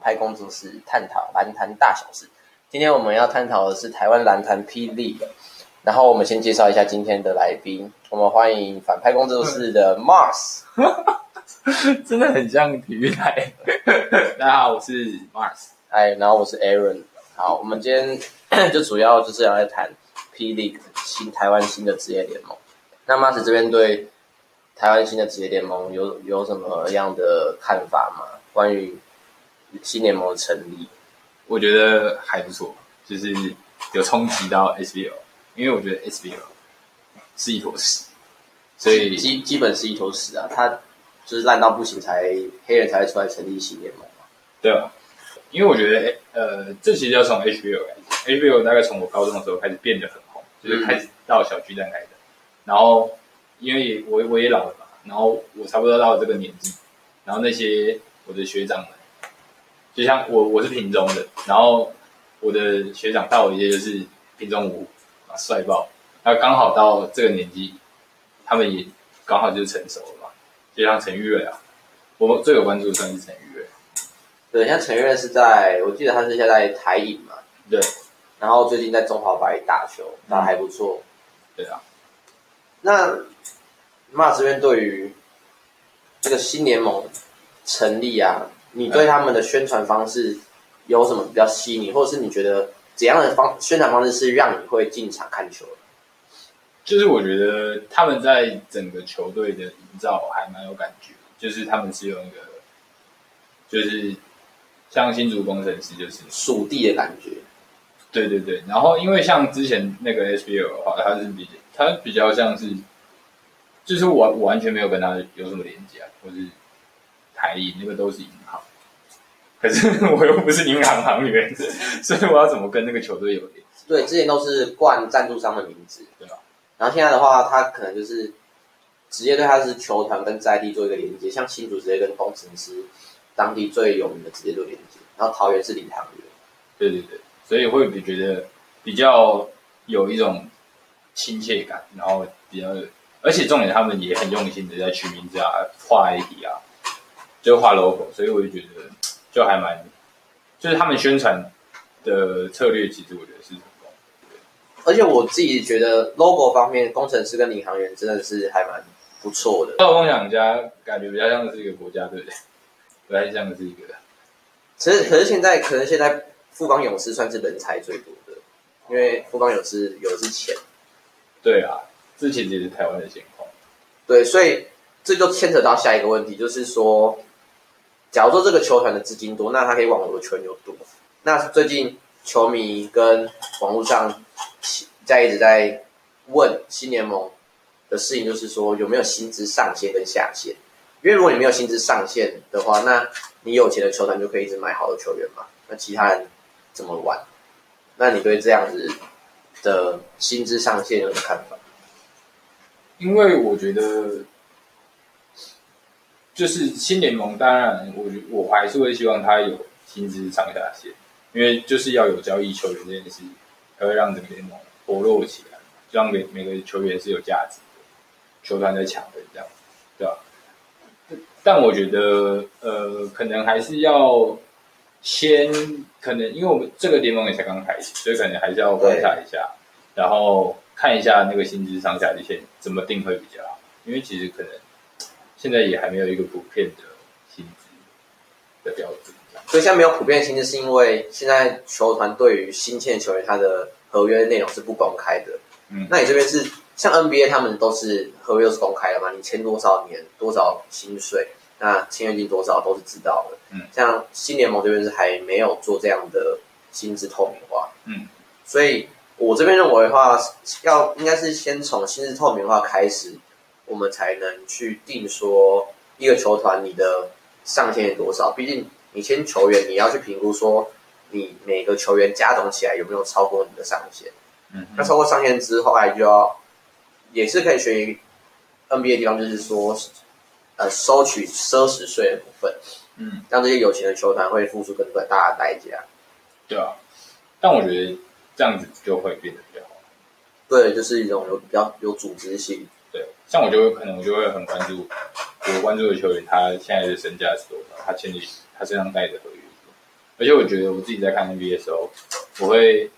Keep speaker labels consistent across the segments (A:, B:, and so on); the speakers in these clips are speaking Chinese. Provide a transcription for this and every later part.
A: 拍工作室探讨篮坛大小事。今天我们要探讨的是台湾篮坛 P League。然后我们先介绍一下今天的来宾，我们欢迎反派工作室的 Mars。
B: 真的很像体育台。 大家好，我是 Mars。
A: 嗨，哎然后我是 Aaron。好，我们今天 就主要就是要来谈 P League 新台湾新的职业联盟。那 Mars 这边对台湾新的职业联盟有有什么样的看法吗？关于新联盟的成立？
B: 我觉得还不错，就是有冲击到 SBL，因为我觉得 SBL 是一坨屎，所以
A: 基基本是一坨屎啊，它就是烂到不行才黑人才会出来成立新联盟。
B: 对吧？因为我觉得，呃，这其实要从 HBO 开始，HBO 大概从我高中的时候开始变得很红，就是开始到小巨蛋开始。然后，因为我我也老了嘛，然后我差不多到了这个年纪，然后那些我的学长们，就像我我是屏中的，然后我的学长大我一届就是屏中五啊，帅爆，然后刚好到这个年纪，他们也刚好就是成熟了嘛，就像陈玉瑞啊，我最有关注的算是陈玉瑞，
A: 对，像陈悦是在，我记得他是现在台影嘛，
B: 对
A: 然后最近在中华白打球，打得还不错。
B: 对啊。
A: 那马这边对于这个新联盟成立啊，你对他们的宣传方式有什么比较吸引你，或者是你觉得怎样的方宣传方式是让你会进场看球的？
B: 就是我觉得他们在整个球队的营造还蛮有感觉，就是他们是用一个，就是像新竹工程师，就是
A: 属地的感觉？
B: 对对对。然后因为像之前那个 SBL 的话，它是比它比较像是，就是我我完全没有跟他有什么连接、啊，或是台银那个都是银行， 可是我又不是银行行员，所以我要怎么跟那个球队有连？
A: 对，之前都是冠赞助商的名字，
B: 对啊
A: 然后现在的话，他可能就是直接对他是球团跟在地做一个连接，像新竹直接跟工程师当地最有名的直接做连接，然后桃园是领航员。
B: 对对对，所以会比觉得比较有一种亲切感，然后比较，而且重点他们也很用心的在取名字啊、画 ID 啊，就画 logo，所以我就觉得就还蛮，就是他们宣传的策略，其实我觉得是成功的。
A: 而且我自己觉得 logo 方面，工程师跟领航员真的是还蛮不错的。
B: 暴风两家感觉比较像是一个国家队， 不太像是一个，
A: 其实可是现在可能现在富邦勇士算是人才最多的，因为富邦勇士有的是钱，
B: 对啊，这其实也是台湾的情况。
A: 对，所以这就牵扯到下一个问题，就是说，假如说这个球团的资金多，那他可以网罗的球员有多？那最近球迷跟网络上在一直在问新联盟的事情，就是说有没有薪资上限跟下限？因为如果你没有薪资上限的话，那你有钱的球团就可以一直买好的球员嘛？那其他人怎么玩？那你对这样子的薪资上限有什么看法？
B: 因为我觉得，就是新联盟，当然我觉我还是会希望它有薪资上下限，因为就是要有交易球员这件事，才会让整个联盟活络起来，让每每个球员是有价值的，球团在抢的这样，对吧？但我觉得，呃，可能还是要先，可能因为我们这个联盟也才刚开始，所以可能还是要观察一下。然后看一下那个薪资上下限怎么定会比较好，因为其实可能现在也还没有一个普遍的薪资的标准。这样
A: 所以现在没有普遍薪资，是因为现在球团对于新签球员他的合约内容是不公开的。
B: 嗯
A: 那你这边是像 NBA 他们都是合约都是公开的嘛？你签多少年，多少薪水，那签约金多少都是知道的。
B: 嗯，
A: 像新联盟这边是还没有做这样的薪资透明化。
B: 嗯，
A: 所以我这边认为的话，要应该是先从薪资透明化开始，我们才能去定说一个球团你的上限有多少。毕竟你签球员，你要去评估说你每个球员加总起来有没有超过你的上限。
B: 嗯
A: 那超过上限之后，来就要也是可以学 NBA 的地方，就是说，呃，收取奢侈税的部分，
B: 嗯，
A: 让这些有钱的球团会付出更大的代价。
B: 对啊。但我觉得这样子就会变得比较好。
A: 对，就是一种有比较有组织性。
B: 对，啊像我就会可能我就会很关注我关注的球员，他现在的身价是多少，他签的他身上带的合约是多少，而且我觉得我自己在看 NBA 的时候，我会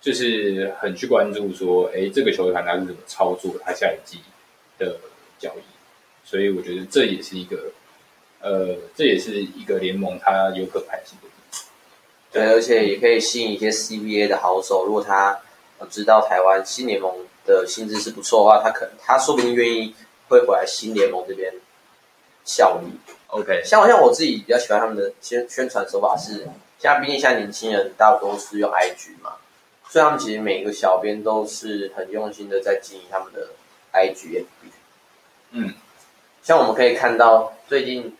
B: 就是很去关注说，哎，这个球团他是怎么操作他下一季的交易，所以我觉得这也是一个，呃，这也是一个联盟它有可看性的地方。
A: 对，而且也可以吸引一些 CBA 的好手，如果他呃知道台湾新联盟的薪资是不错的话，他可他说不定愿意会回来新联盟这边效力。
B: OK，
A: 像像我自己比较喜欢他们的宣宣传手法是，像毕竟现在年轻人大多是用 IG 嘛，所以他们其实每个小编都是很用心的在经营他们的 IG FB。
B: 嗯，
A: 像我们可以看到最近，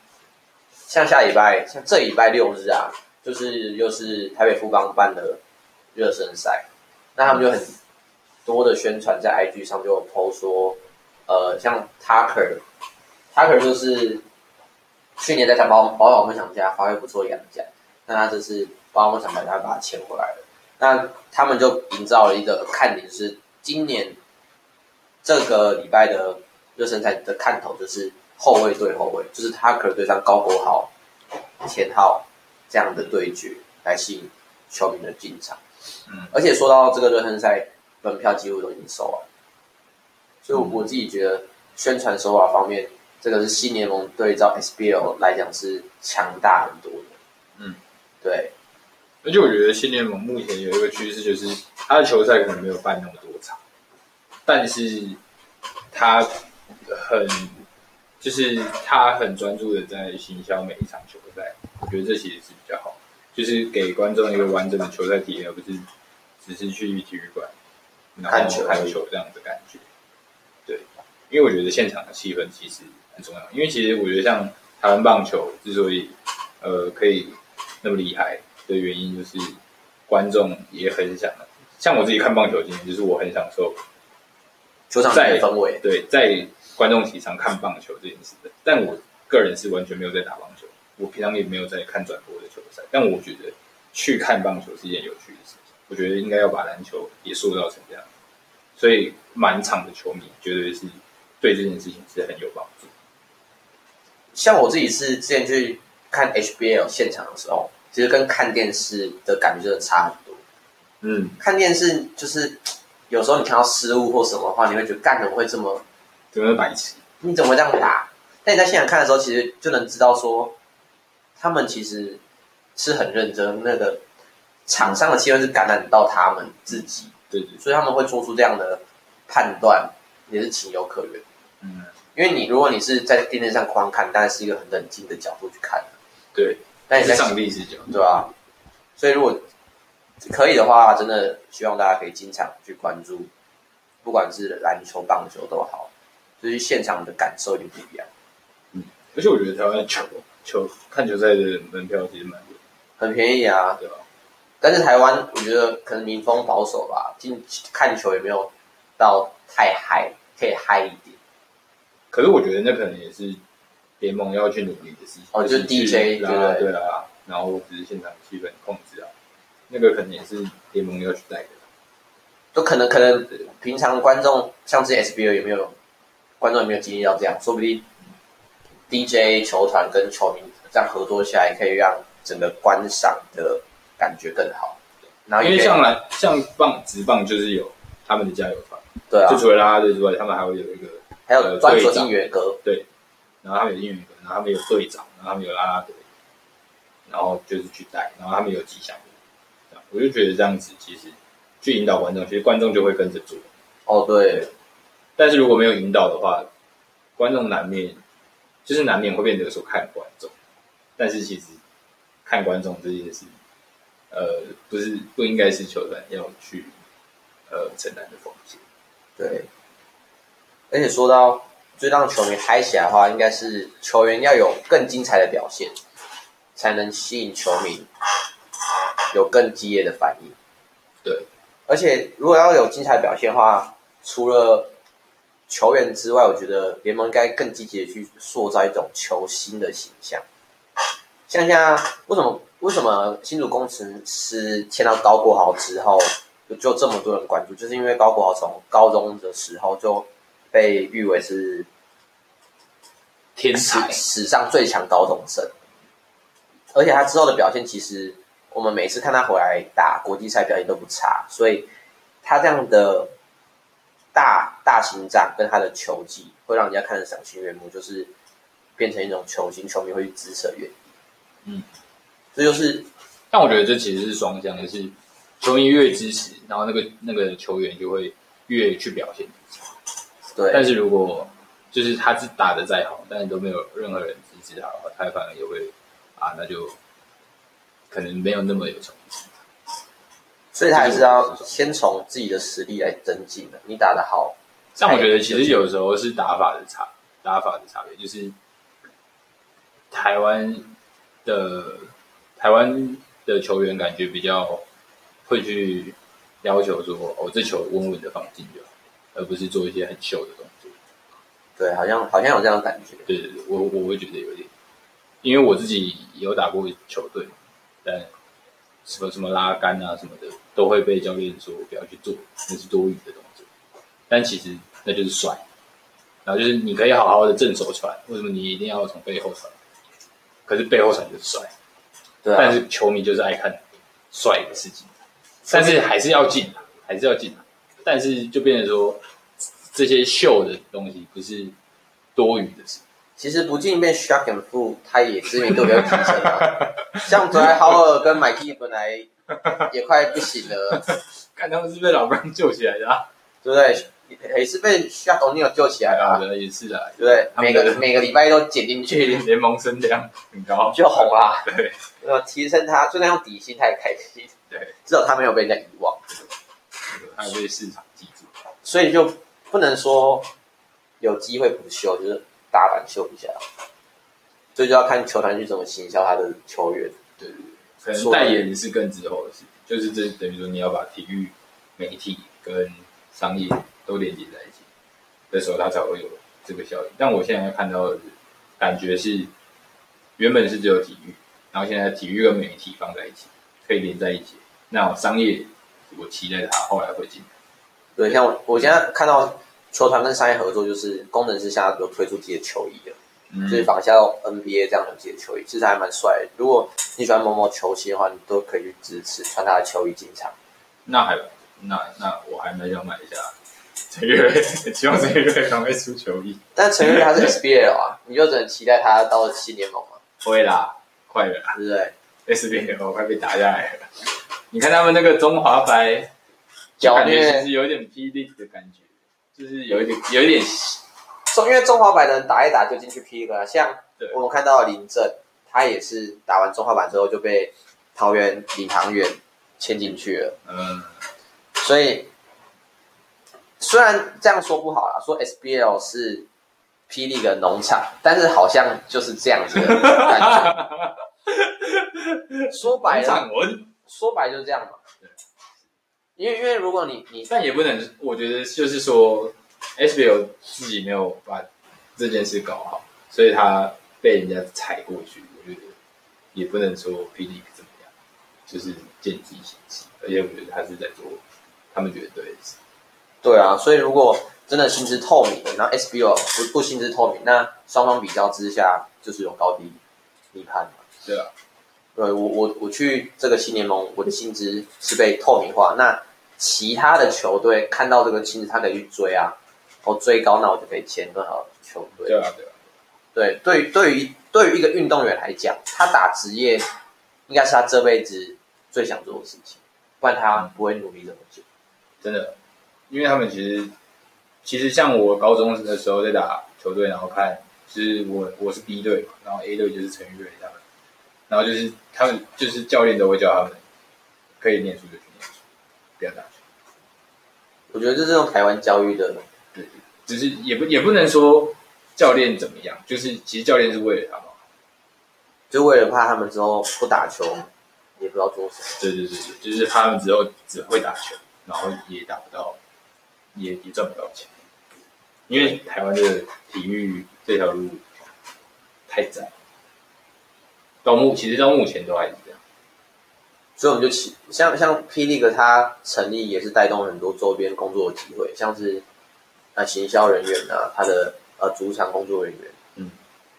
A: 像下礼拜，像这礼拜六日啊，就是又是台北富邦办的热身赛，那他们就很多的宣传在 IG 上就有 PO 说，呃，像 Tucker，Tucker 就是去年在他保保宝梦想家发挥不错的洋将，那他这次保宝梦想家把他签回来了，那他们就营造了一个看点，就是今年这个礼拜的热身赛的看头就是后卫对后卫，就是他可能对上高国豪、钱浩这样的对决来吸引球迷的进场。
B: 嗯，
A: 而且说到这个热身赛，门票几乎都已经售完，所以我我自己觉得宣传手法方面，这个是新联盟对照 SBL 来讲是强大很多的。
B: 嗯，
A: 对，
B: 而且我觉得新联盟目前有一个趋势，就是他的球赛可能没有办那么多场，但是他很就是他很专注的在行销每一场球赛，我觉得这其实是比较好，就是给观众一个完整的球赛体验，而不是只是去体育馆然后
A: 看球
B: 看球这样的感觉。对，因为我觉得现场的气氛其实很重要，因为其实我觉得像台湾棒球之所以呃可以那么厉害的原因，就是观众也很想。像我自己看棒球经验，就是我很享受
A: 球场里面的氛围，
B: 对在观众席上看棒球这件事的。但我个人是完全没有在打棒球，我平常也没有在看转播的球赛。但我觉得去看棒球是一件有趣的事情，我觉得应该要把篮球也塑造成这样。所以满场的球迷绝对是对这件事情是很有帮助。
A: 像我自己是之前去看 HBL 现场的时候，其实跟看电视的感觉真的差很多。
B: 嗯，
A: 看电视就是有时候你看到失误或什么的话，你会觉得干怎么会这么，
B: 怎么白痴？
A: 你怎么会这样打？但你在现场看的时候，其实就能知道说，他们其实是很认真，那个场上的气氛是感染到他们自己，
B: 对对，
A: 所以他们会做出这样的判断，也是情有可原。
B: 嗯，
A: 因为你如果你是在电视上观看，当然是一个很冷静的角度去看，啊
B: 对，
A: 但你
B: 是
A: 在
B: 上帝视角。
A: 对啊，所以如果可以的话，真的希望大家可以经常去关注，不管是篮球、棒球都好，就是现场的感受就不一样，
B: 而且我觉得台湾的球球看球赛的门票其实蛮贵，
A: 很便宜啊。
B: 对吧？
A: 但是台湾我觉得可能民风保守吧，进看球也没有到太嗨，可以嗨一点。
B: 可是我觉得那可能也是联盟要去努力的事情。
A: 哦就是
B: 去
A: DJ
B: 拉
A: 对不对
B: 对啊，然后只是现场气氛控制啊，那个可能也是联盟要去带的。
A: 就可能可能平常观众像这 SBL 有没有观众有没有经历到这样？说不定 DJ 球团跟球迷这样合作下来，可以让整个观赏的感觉更好。然后
B: 因
A: 也
B: 为
A: 可以
B: 像篮像棒直棒就是有他们的加油团，
A: 对啊
B: 就，除了啦啦队之外，他们还会有一个，
A: 还有
B: 呃
A: 专
B: 队
A: 属
B: 长
A: 音乐歌，
B: 然后他们有应援团，然后他们有队长，然后他们有啦啦队，然后就是去带，然后他们有吉祥物，这样我就觉得这样子其实去引导观众，其实观众就会跟着做。
A: 哦对，
B: 但是如果没有引导的话，观众难免就是难免会变得说看观众，但是其实看观众这件事，呃，不是不应该是球团要去呃承担的风险。
A: 对，而且说到最让球迷嗨起来的话，应该是球员要有更精彩的表现，才能吸引球迷有更激烈的反应。
B: 对，
A: 而且如果要有精彩的表现的话，除了球员之外，我觉得联盟应该更积极的去塑造一种球星的形象。像现在为什么为什么新竹工程师签到高国豪之后，就就这么多人关注，就是因为高国豪从高中的时候就被誉为是
B: 天
A: 史史上最强高中生，而且他之后的表现，其实我们每次看他回来打国际赛表现都不差，所以他这样的大大型仗跟他的球技，会让人家看得赏心悦目，就是变成一种球星，球迷会去支持的原因。
B: 嗯，
A: 这就是
B: 但我觉得这其实是双向，的，是球迷越支持，然后那个那个球员就会越去表现。
A: 对，
B: 但是如果就是他是打的再好，但是都没有任何人支持他的话，他反而也会啊，那就可能没有那么有成绩。
A: 所以他还是要先从自己的实力来增进的。你打得好，
B: 但我觉得其实有时候是打法的差，打法的差别就是台湾的台湾的球员感觉比较会去要求说，哦，这球稳稳的放进就好，而不是做一些很秀的动作。
A: 对，好像好像有这样的感觉。
B: 对对对，我我会觉得有点，因为我自己有打过球队，但什么什么拉杆啊什么的，都会被教练说不要去做，那是多余的动作。但其实那就是甩，然后就是你可以好好的正手传，为什么你一定要从背后传？可是背后传就是甩，
A: 对
B: 但
A: 啊，
B: 是球迷就是爱看帅的事情，但是还是要进啊，还是要进啊，但是就变成说这些秀的东西不是多余的事。
A: 其实不进被 shock and fool，他也知名度也有提升 啊。像德莱豪尔跟麦基本来也快不行 了，
B: 看他们是被老布朗救起来的、啊，
A: 对不对？也是被 shock o n e i 救起来
B: 好
A: 了，
B: 的也是啊，
A: 对不对？
B: 他
A: 每
B: 们的
A: 个每个礼拜都减进
B: 去
A: 去
B: 联盟声量很高，
A: 就红啦，
B: 对，
A: 呃，提升他，就那样底薪他也开心，
B: 对，
A: 至少他没有被人家遗忘。
B: 他被市场记住。
A: 所以就不能说有机会不秀，就是大胆秀一下。所以就要看球团去怎么行销他的球员。
B: 对对对，可能代言是更之后的事，就是这等于说你要把体育、媒体跟商业都连接在一起的时候，它才会有这个效应。但我现在看到的是感觉是，原本是只有体育，然后现在体育跟媒体放在一起，可以连在一起。那商业，我期待它后来会进来。
A: 对，像我我现在看到球团跟商业合作，就是工程师现在有推出自己的球衣了，
B: 嗯
A: 就是仿效 NBA 这样有自己的球衣，其实还蛮帅的。如果你喜欢某某球星的话，你都可以去支持，穿他的球衣进场。
B: 那还那那我还蛮想买一下陈月 瑞，希望陈月瑞赶快出球衣。
A: 但陈玉他是 SBL 啊，你就只能期待他到新联盟嘛，
B: 会啦，快了啦
A: 对不对？
B: ，SBL 快被打下来了。你看他们那个中华白，就
A: 脚
B: 感觉其
A: 虐，
B: 实有点霹雳的感觉，就是有一点有一点
A: 中因为中华白人打一打就进去 P 了，像
B: 对
A: 我们看到林振，他也是打完中华版之后就被桃园领航员签进去了。
B: 嗯，
A: 所以虽然这样说不好啦，说 SBL 是霹雳的农场，但是好像就是这样子的感觉。说白
B: 白
A: 了，
B: 掌文，
A: 说白就是这样嘛
B: 对。
A: 因为因为如果你你
B: 但也不能，我觉得就是说 SBL 自己没有把这件事搞好，所以他被人家踩过去，我觉得也不能说霹雳怎么样，就是见机行事，而且我觉得他是在做他们觉得对的事。
A: 对啊，所以如果真的薪资透明的，然后 SBL 不不薪资透明，那双方比较之下就是有高低低判嘛。
B: 对啊，
A: 对我我我去这个新联盟，我的薪资是被透明化，那其他的球队看到这个薪资，他可以去追啊，我追高，那我就可以签更好的球队。
B: 对啊，对啊，
A: 对，对于对于对于一个运动员来讲，他打职业应该是他这辈子最想做的事情，不然他不会努力这么久。
B: 真的，因为他们其实其实像我高中的时候在打球队，然后看就是我我是 B 队嘛，然后 A 队就是陈玉瑞他们，然后就是他们就是教练都会叫他们可以念书就去念书，不要打球。
A: 我觉得这是用台湾教育的
B: 对，只是也不也不能说教练怎么样，就是其实教练是为了他们好。
A: 就为了怕他们之后不打球，也不知道做什么。
B: 对对对，对就是他们之后只会打球，然后也打不到，也也赚不到钱，因为台湾的体育这条路太窄了。到目其实到目前都还是这样。
A: 所以我们就起，像像 P League 它成立也是带动很多周边工作机会，像是呃行销人员啊，它的呃主场工作人员，
B: 嗯，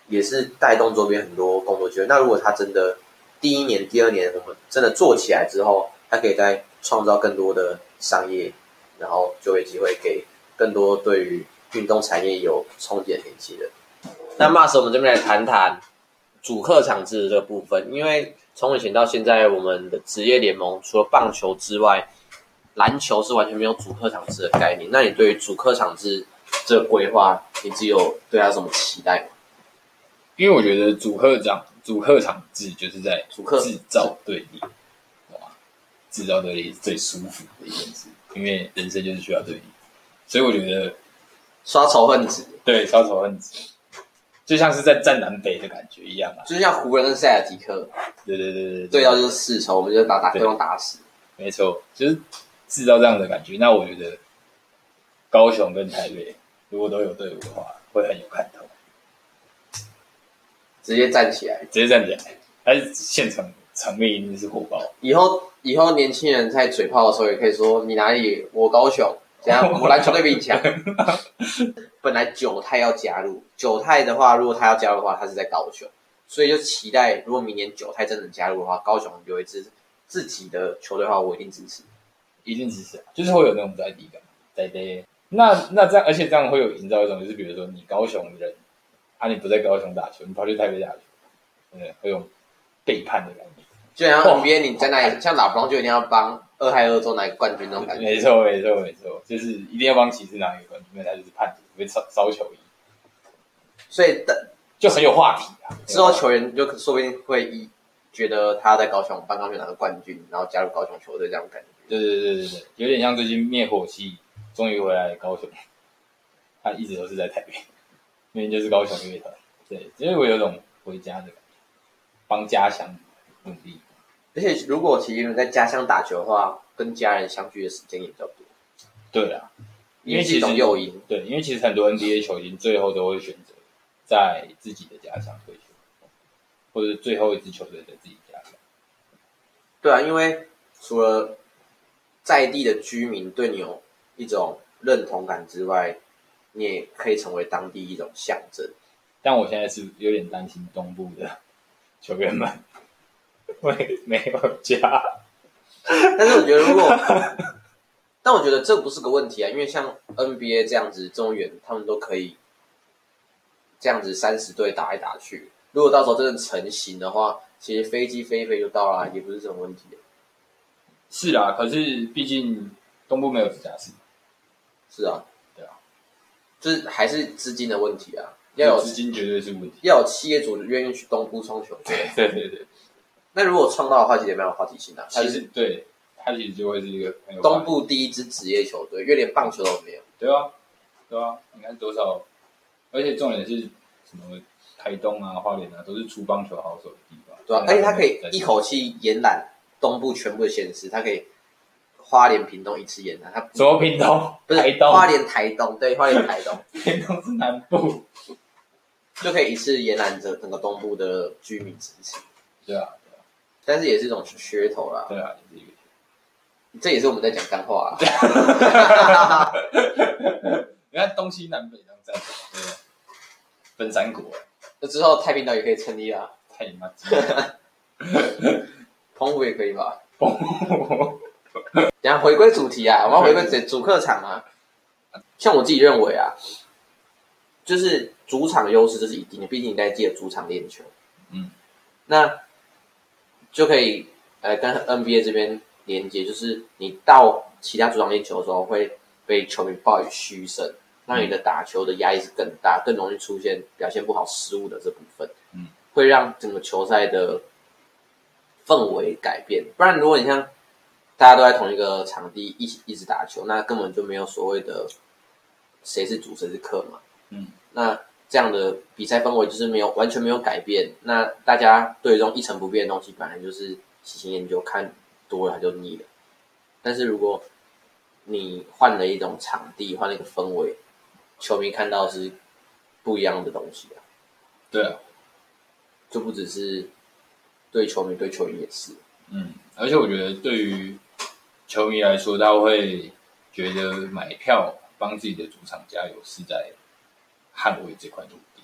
A: 也是带动周边很多工作机会。那如果它真的第一年、第二年我们真的做起来之后，它可以再创造更多的商业，然后就业机会给更多对于运动产业有憧憬的年轻人。那 Mars，我们这边来谈谈主客场制的这个部分，因为从以前到现在，我们的职业联盟除了棒球之外，篮球是完全没有主客场制的概念。那你对于主客场制这个规划，你自己有对它有什么期待吗？
B: 因为我觉得主客场主客场制就是在
A: 主客
B: 制造对立，哇，制造对立是最舒服的一件事，因为人生就是需要对立，所以我觉得
A: 刷仇恨值，
B: 对超仇恨值，就像是在战南北的感觉一样啊，
A: 就是像湖人跟塞尔提克
B: 对对对对
A: 对到啊就是世仇，我们就把打对方打死。
B: 没错，就是制造这样的感觉。那我觉得高雄跟台北如果都有队伍的话，会很有看头，
A: 直接站起来。
B: 直接站起来，但是现场场面一定是火爆。
A: 以后以后年轻人在嘴炮的时候，也可以说你哪里，我高雄，怎样，我篮球队比你强。本来九泰要加入，九泰的话，如果他要加入的话，他是在高雄，所以就期待如果明年九泰真的加入的话，高雄有一支自己的球队的话，我一定支持。
B: 一定支持啊，就是会有那种在地感，在地。那那这样，而且这样会有营造一种，就是比如说你高雄人啊，你不在高雄打球，你跑去台北打球，嗯，会有背叛的感觉。
A: 就像 NBA 你在那里，像老方就一定要帮二亥二州拿一个冠军那种感觉。
B: 没错，没错，没错，就是一定要帮骑士拿一个冠军，因为他就是叛徒，会烧烧球衣，
A: 所以等
B: 就很有话题啊。
A: 之后球员就说不定会一觉得他在高雄帮高雄拿个冠军，然后加入高雄球队这样感觉。
B: 对对对对对，有点像最近灭火器终于回来高雄，他一直都是在台北，明明就是高雄乐团，对，因为我有种回家的感觉，帮家乡努力，
A: 而且如果其实你在家乡打球的话，跟家人相聚的时间也比较多，
B: 对啊，因为
A: 是一
B: 其实
A: 种诱因。
B: 对，因为其实很多 NBA 球星最后都会选择在自己的家乡退休，或者最后一支球队在自己家乡，
A: 对啊，因为除了在地的居民对你有一种认同感之外，你也可以成为当地一种象征。
B: 但我现在是有点担心东部的球员们会没有家。
A: 但是我觉得如 果，但我觉得这不是个问题啊，因为像 NBA 这样子这么远，他们都可以这样子三十队打来打去。如果到时候真的成型的话，其实飞机飞一飞就到啦，也不是什么问题、啊
B: 是啦，可是毕竟东部没有直辖市，
A: 是啊，
B: 对啊，
A: 就是还是资金的问题啊，要有
B: 嗯资金绝对是问题。
A: 要有企业主愿意去东部冲球队。
B: 对对对，
A: 那如果创造的 话，其实也蛮有话题性的、它
B: 其
A: 是
B: 实对它其实就会是一个很有
A: 东部第一支职业球队，因为连棒球都没有。
B: 对啊对啊，你看多少，而且重点是什么台东啊、花莲啊，都是出棒球好手的地方。
A: 对啊，而且他可以一
B: 口，
A: 口气延揽东部全部的县市，他可以花莲、屏东一次延揽，他
B: 什么屏东、
A: 不是
B: 台东、
A: 花莲、台东，对，花莲、台东
B: 屏东是南部，
A: 就可以一次延揽整整个东部的居民城市，
B: 对啊
A: 但是也是一种噱头啦，
B: 对啊，也是一个。
A: 这也是我们在讲干话啊。
B: 你看东西南北这样站着，对啊，分三国，
A: 那之后太平岛也可以成立啊，
B: 太你妈鸡 了！
A: 澎湖也可以吧？
B: 哦
A: 等一下回归主题啊，我们要回归主主客场啊。像我自己认为啊，就是主场优势这是一定的，毕竟你在自己的主场练球，
B: 嗯，
A: 那就可以呃跟 NBA 这边连接，就是你到其他主场练球的时候会被球迷报以嘘声，让你的打球的压力是更大，更容易出现表现不好失误的这部分，
B: 嗯，
A: 会让整个球赛的氛围改变。不然如果你像大家都在同一个场地一起一直打球，那根本就没有所谓的谁是主谁是客嘛。
B: 嗯，
A: 那这样的比赛氛围就是没有完全没有改变。那大家对这种一成不变的东西，本来就是喜新厌旧，看多了它就腻了。但是如果你换了一种场地，换了一个氛围，球迷看到是不一样的东西啊，
B: 对啊，
A: 就不只是对球迷对球员也是。
B: 嗯，而且我觉得对于球迷来说，他会觉得买票帮自己的主场加油是在捍卫这块土地。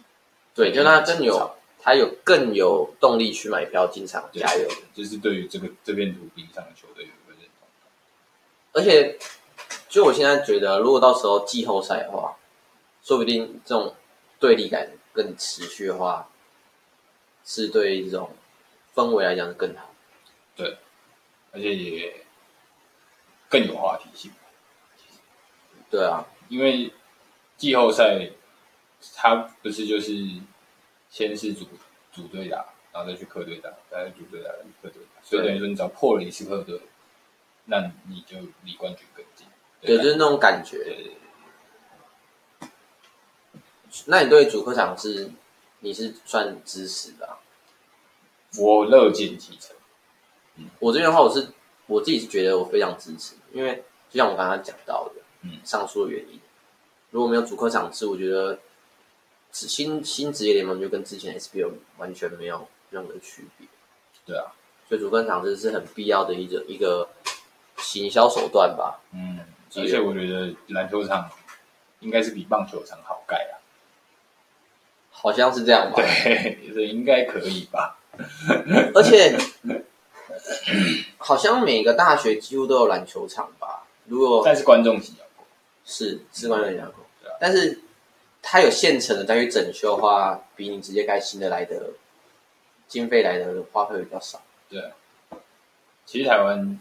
A: 对，就那真有，他有更有动力去买票进场
B: 对
A: 加油。，
B: 就是对于这个这片土地上的球队有一个认同。
A: 而且，就我现在觉得，如果到时候季后赛的话，说不定这种对立感更持续的话，是对这种氛围来讲是更好。
B: 对，而且也更有话题性，
A: 对啊，
B: 因为季后赛它不是就是先是主主队打，然后再去客队打，再去主队打，再去客队打，所以
A: 对
B: 等于说你只要破了一次客队，那你就离冠军更近。
A: 对，
B: 吧
A: 就是那种感觉。
B: 对
A: 那你对主客场是你是算支持的、啊？
B: 我乐见其成。
A: 我这边的话，我是我自己是觉得我非常支持，因为就像我刚刚讲到的，
B: 嗯
A: 上述的原因，如果没有主客场制，我觉得只新新职业联盟就跟之前 SBL 完全没有任何区别，
B: 对啊，
A: 所以主客场制是很必要的一个一个行销手段吧。
B: 嗯，
A: 记得
B: 而且我觉得篮球场应该是比棒球场好盖啊。
A: 好像是这样吧，
B: 对，所以应该可以吧？
A: 而且好像每个大学几乎都有篮球场吧。如果
B: 但是观众席啊要过，
A: 是士官人养狗
B: 对啊，
A: 但是它有现成的再去整修的话，比你直接盖新的来的经费来的花费会比较少。
B: 对啊。其实台湾，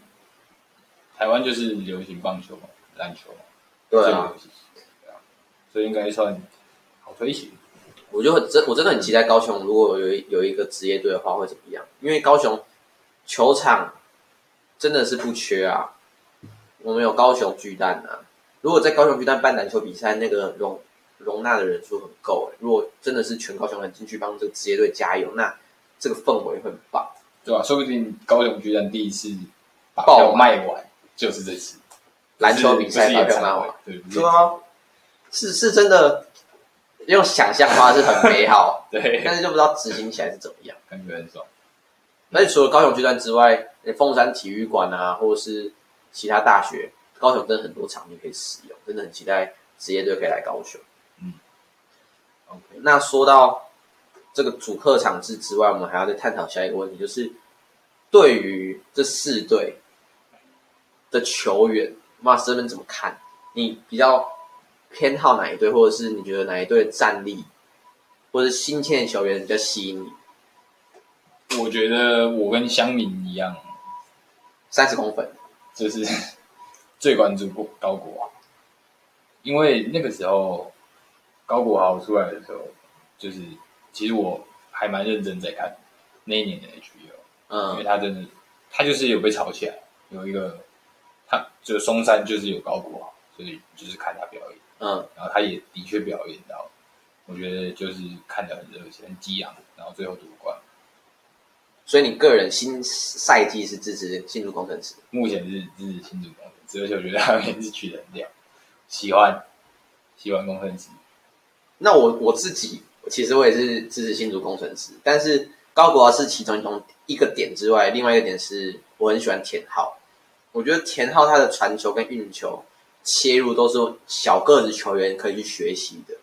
B: 台湾就是流行棒球嘛，篮球嘛，
A: 对啊
B: 这个，流行，对啊，所以应该算好推行。
A: 我就很真我真的很期待高雄，如果有一有一个职业队的话会怎么样？因为高雄球场真的是不缺啊，我们有高雄巨蛋啊。如果在高雄巨蛋办篮球比赛，那个容容纳的人数很够、欸。如果真的是全高雄人进去帮这个职业队加油，那这个氛围会很棒。
B: 对吧、说不定高雄居然第一次把
A: 爆
B: 票卖完，就是这次
A: 篮球比赛
B: 不是
A: 发
B: 演
A: 票
B: 唱
A: 蛮
B: 会
A: 好。
B: 对，不是
A: 对啊，是是真的，用想象的话是很美好，
B: 对，
A: 但是就不知道执行起来是怎么样。
B: 感觉很爽。
A: 那除了高雄巨蛋之外，呃凤山体育馆啊，或者是其他大学，高雄真的很多场地可以使用，真的很期待职业队可以来高雄。
B: OK，
A: 那说到这个主客场制之外，我们还要再探讨下一个问题，就是对于这四队的球员，马斯这边怎么看？你比较偏好哪一队，或者是你觉得哪一队的战力，或者是新签的球员比较吸引你？
B: 我觉得我跟乡民一样，
A: 三十公分，
B: 就是 最关注过高国豪，因为那个时候高国豪出来的时候，就是其实我还蛮认真在看那一年的 HBO，因
A: 嗯，
B: 为他真的他就是有被炒起来，有一个他就松山就是有高国豪，所以就是看他表演，
A: 嗯，
B: 然后他也的确表演到，我觉得就是看得很热血，很激昂，然后最后夺冠，
A: 所以你个人新赛季是支持进入工程师，
B: 目前是是新竹工程师，而且我觉得他名字取得很屌，喜欢喜欢工程师，
A: 那我我自己其实我也是支持新竹工程师，但是高国豪是其中一种一个点之外，另外一个点是我很喜欢田浩，我觉得田浩他的传球跟运球切入都是小个子球员可以去学习的。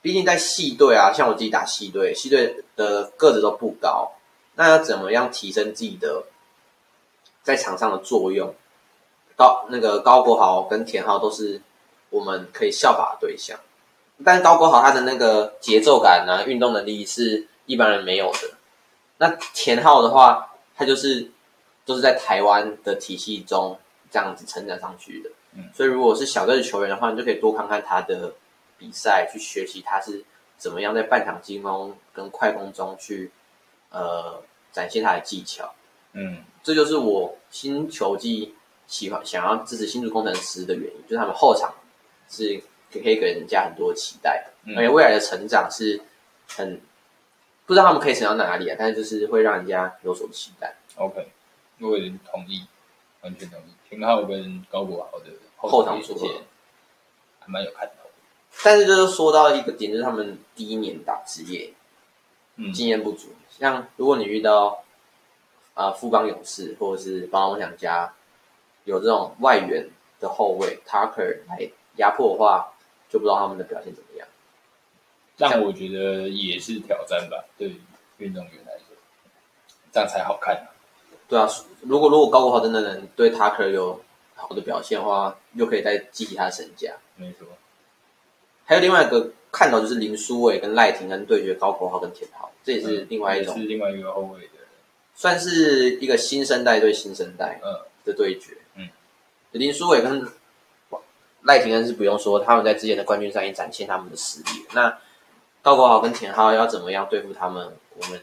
A: 毕竟在系队啊，像我自己打系队，系队的个子都不高，那要怎么样提升自己的在场上的作用？高那个高国豪跟田浩都是我们可以效法的对象。但高国豪他的那个节奏感啊，运动能力是一般人没有的。那田浩的话，他就是都是在台湾的体系中这样子成长上去的。
B: 嗯
A: 所以如果是小个子球员的话，你就可以多看看他的比赛，去学习他是怎么样在半场进攻跟快攻中去呃展现他的技巧。
B: 嗯，
A: 这就是我新球季喜欢想要支持新竹工程师的原因，就是他们后场是可以给人家很多期待，
B: 嗯
A: 而且未来的成长是很不知道他们可以成长到哪里啊，但是就是会让人家有所期待。
B: OK，我也同意，完全同意。廷浩跟高国豪的场
A: 后场组合
B: 还蛮有看头的。
A: 但是就是说到一个点，就是他们第一年打职业
B: 嗯
A: 经验不足，像如果你遇到啊、呃富邦勇士或者是邦邦梦想家有这种外援的后卫 Tucker 来压迫的话，就不知道他们的表现怎么样。
B: 让我觉得也是挑战吧，对于运动员来说，这样才好看、啊。
A: 对啊，如果如果高国豪真的能对 Tucker 有好的表现的话，又可以再激起他的身价。
B: 没错，
A: 还有另外一个看到就是林书伟跟赖廷恩对决高国豪跟田浩，这也是另外一种，
B: 嗯也是另外一个后卫的，
A: 算是一个新生代对新生代
B: 嗯，
A: 的对决。
B: 嗯，
A: 林书伟跟赖廷恩是不用说，他们在之前的冠军赛也展现他们的实力。那高国豪跟田浩要怎么样对付他们？我们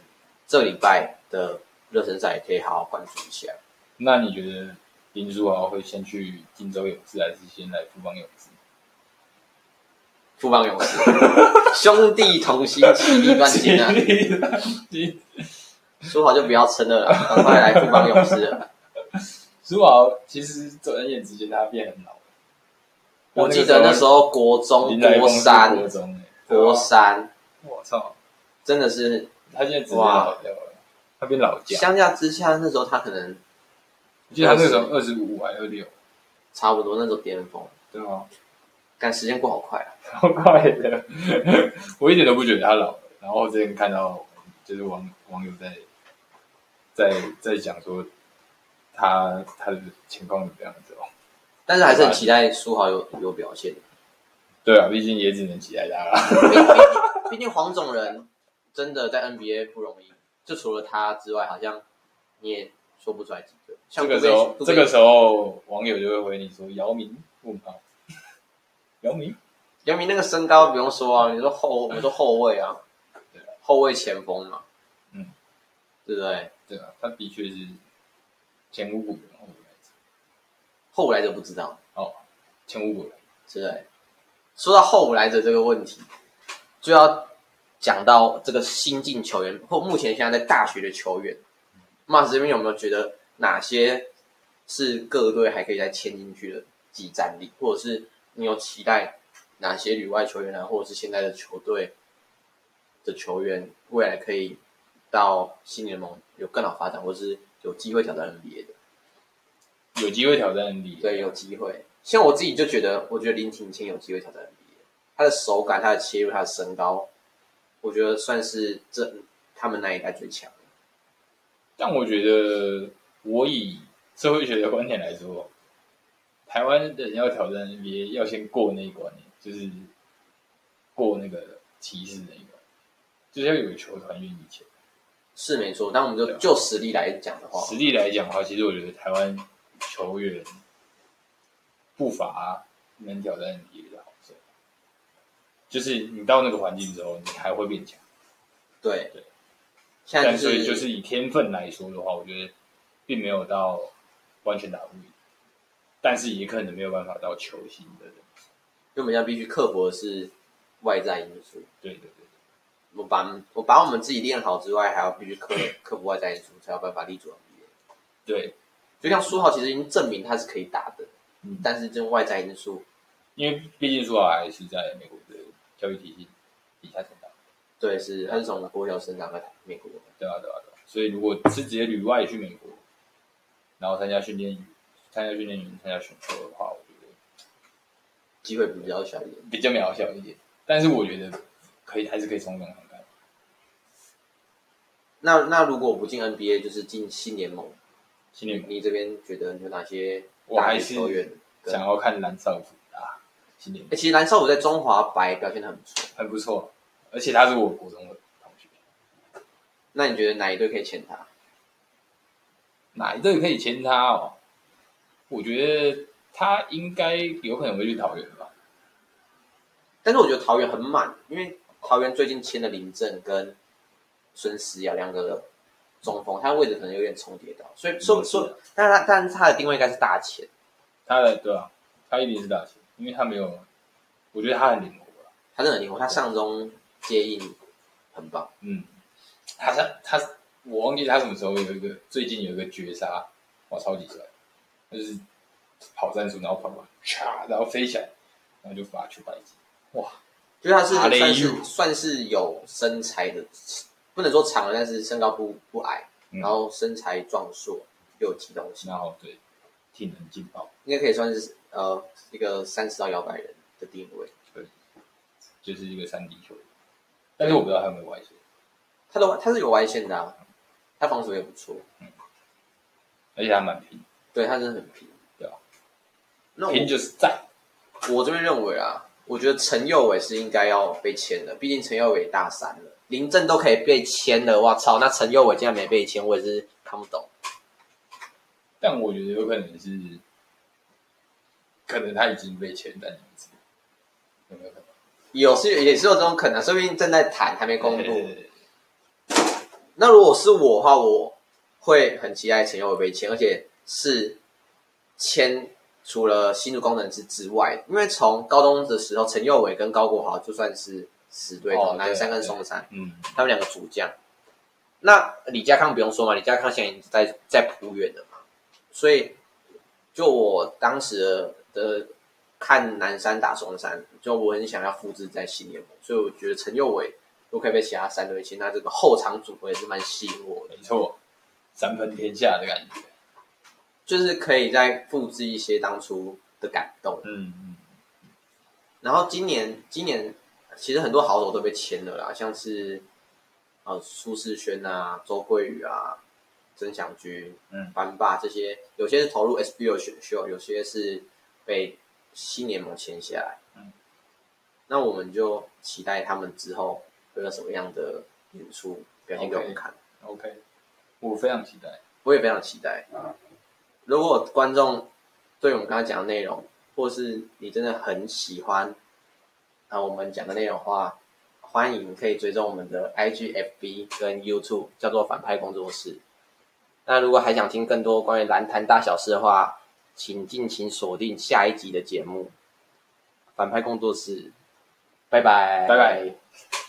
A: 这礼拜的热身赛也可以好好关注一下。
B: 那你觉得林书豪会先去荆州勇士，还是先来富邦勇士？
A: 富邦勇士，兄弟同心，其利断金 啊！说好就不要撑了啦，赶快来富邦勇士 了。
B: 书豪其实转眼之间他变很老了，
A: 我记得那时候国中、
B: 林来
A: 国
B: 疯哦是
A: 三
B: 国、中欸
A: 国，三，
B: 我操，
A: 真的是
B: 他现在直接老掉了，他变老将，
A: 相较之下，那时候他可能
B: 我记得他那时候二十五还二六，
A: 差不多那时候巅峰，
B: 对吗？
A: 但时间过好快啊！
B: 超快的，我一点都不觉得他老了。然后之前看到就是网网友在在在讲说他他的情况是这样子哦。
A: 但是还是很期待苏豪有有表 现，
B: 对啊，毕竟也只能期待他啦。
A: 毕毕毕竟黄种人真的在 NBA 不容易，就除了他之外，好像你也说不出来几个。像
B: 这个
A: 杜
B: 时
A: 贝
B: 候
A: 杜
B: 这
A: 贝
B: 个时候网友就会回你说姚明问号， 姚明
A: 姚明那个身高不用说啊，你说后我们说后卫啊
B: 对，
A: 后卫前锋嘛，
B: 嗯，
A: 对不对？
B: 对啊，他的确是前无古人后无来者，
A: 后来者不知道，
B: 前无古人
A: 对不对？说到后来者这个问题，就要讲到这个新进球员或目前现在在大学的球员，马斯这边有没有觉得哪些是各队还可以再签进去的集战力，或者是你有期待哪些旅外球员啊，或者是现在的球队的球员未来可以到新联盟有更好发展，或是有机会挑战 NBA 的？
B: 有机会挑战你。
A: 对，有机会。像我自己就觉得，我觉得林庭清有机会挑战 NBA，他的手感、他的切入、他的身高，我觉得算是这他们那一代最强的。
B: 但我觉得，我以社会学的观点来说，台湾人要挑战 NBA，要先过那一关，就是过那个歧视那一关，就是要有个球团愿意签。
A: 是没错，但我们就
B: 对啊
A: 就实力来讲的话，
B: 实力来讲的话，其实我觉得台湾球员不乏能挑战 NBA 的好手，就是你到那个环境之后，你还会变强。
A: 对
B: 对。
A: 现在
B: 但
A: 就
B: 所
A: 是
B: 以就是以天分来说的话，我觉得并没有到完全打不赢，但是也可能没有办法到球星的人。
A: 因为我们要必须克服的是外在因素。
B: 对对对，
A: 我把我把我们自己练好之外，还要必须克
B: 嗯
A: 克服外在因素，才有办法立足 NBA。
B: 对，
A: 就像苏浩其实已经证明他是可以打的，
B: 嗯
A: 但是这种外在因素，
B: 因为毕竟说还是在美国的教育体系底下成长，
A: 对，是他是从国小生长在美国，
B: 对啊对啊对啊。所以如果是直接旅外去美国，然后参加训练营、参加训练营、参加选秀的话，我觉得
A: 机会比较小一点。
B: 比较渺小一点。但是我觉得可以，还是可以从中看看。
A: 那那如果我不进 NBA，就是进新联盟，
B: 心里
A: 你这边觉得有哪些
B: 我
A: 大学
B: 还是
A: 球员跟？
B: 想要看蓝少辅啊，心里
A: 欸其实蓝少武在中华白表现的很不错，
B: 很不错，而且他是我国中的同学。
A: 那你觉得哪一队可以签他？
B: 哪一队可以签他哦？我觉得他应该有可能会去桃园吧。
A: 但是我觉得桃园很满，因为桃园最近签了林振跟孙思瑶两个中锋，他的位置可能有点重叠到，所以说
B: 嗯是啊
A: 说，但是他但是他的定位应该是大前，
B: 他的对啊，他一定是大前，因为他没有，我觉得他很灵活啊。
A: 他真的很灵活，他上中接应很棒。
B: 嗯，他他他，我忘记他什么时候有一个最近有一个绝杀，哇，超级帅，就是跑战术，然后跑跑，嚓，然后飞起来，然后就把球摆进。
A: 就是他是
B: 打雷
A: 算是
B: 雨
A: 算是有身材的，不能说长了，但是身高不不矮，
B: 嗯
A: 然后身材壮硕，又有机动性，
B: 然后对，体能劲爆，
A: 应该可以算是呃一个三十到摇摆人的定位。
B: 就是一个三 D 球员。但是我不知道他有没有外线，
A: 他的他是有外线的啊，他防守也不错，
B: 而且他蛮拼，
A: 对他真的很拼，
B: 对啊。
A: 那我
B: 拼就是在。
A: 我这边认为啊，我觉得陈佑伟是应该要被签的，毕竟陈佑伟大三了，林振都可以被签了，哇操！那陈佑伟竟然没被签，我也是看不懂。
B: 但我觉得有可能是，可能他已经被签，但你不知道有没有可能？
A: 有是也是有这种可能，说不定正在谈，还没公
B: 对
A: 布。
B: 对对
A: 那如果是我的话，我会很期待陈佑伟被签，而且是签除了新竹工程师之外，因为从高中的时候，陈佑伟跟高国豪就算是死对头，
B: 哦
A: 南
B: 对
A: 山跟
B: 对
A: 松山，
B: 嗯，
A: 他们两个主将。那李家康不用说嘛，李家康现在已经在在浦远了嘛，所以就我当时的看南山打松山，就我很想要复制在新联盟，所以我觉得陈佑伟如果可以被其他三队签，那这个后场组合也是蛮吸引我的，
B: 没错，三分天下的感觉。
A: 就是可以再复制一些当初的感动。
B: 嗯嗯，
A: 然后今年今年其实很多好手都被签了啦，像是呃苏世轩啊、周桂宇啊、曾祥军、
B: 嗯
A: 班霸这些，有些是投入 SBO 选秀，有些是被新联盟签下来。
B: 嗯，
A: 那我们就期待他们之后会有什么样的演出表现给我们看。
B: OK，我非常期待。
A: 我也非常期待。如果观众对我们刚才讲的内容，或是你真的很喜欢啊我们讲的内容的话，欢迎可以追踪我们的 IG、FB 跟 YouTube，叫做反派工作室。那如果还想听更多关于篮坛大小事的话，请尽情锁定下一集的节目《反派工作室》，拜拜，
B: 拜拜。